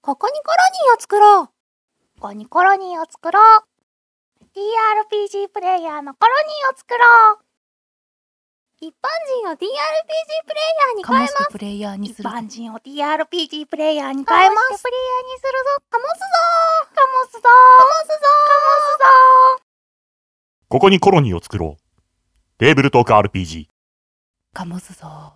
ここにコロニーを作ろうここにコロニーを作ろう !TRPG プレイヤーのコロニーを作ろう一般人を TRPG プレイヤーにカ変えモますスプレイヤーに一する。般人を TRPG プレイヤーに変えますプレイヤーにするぞかもすぞかもすぞかもすぞかもすぞここにコロニーを作ろう。テーブルトーク RPG。カモスぞ。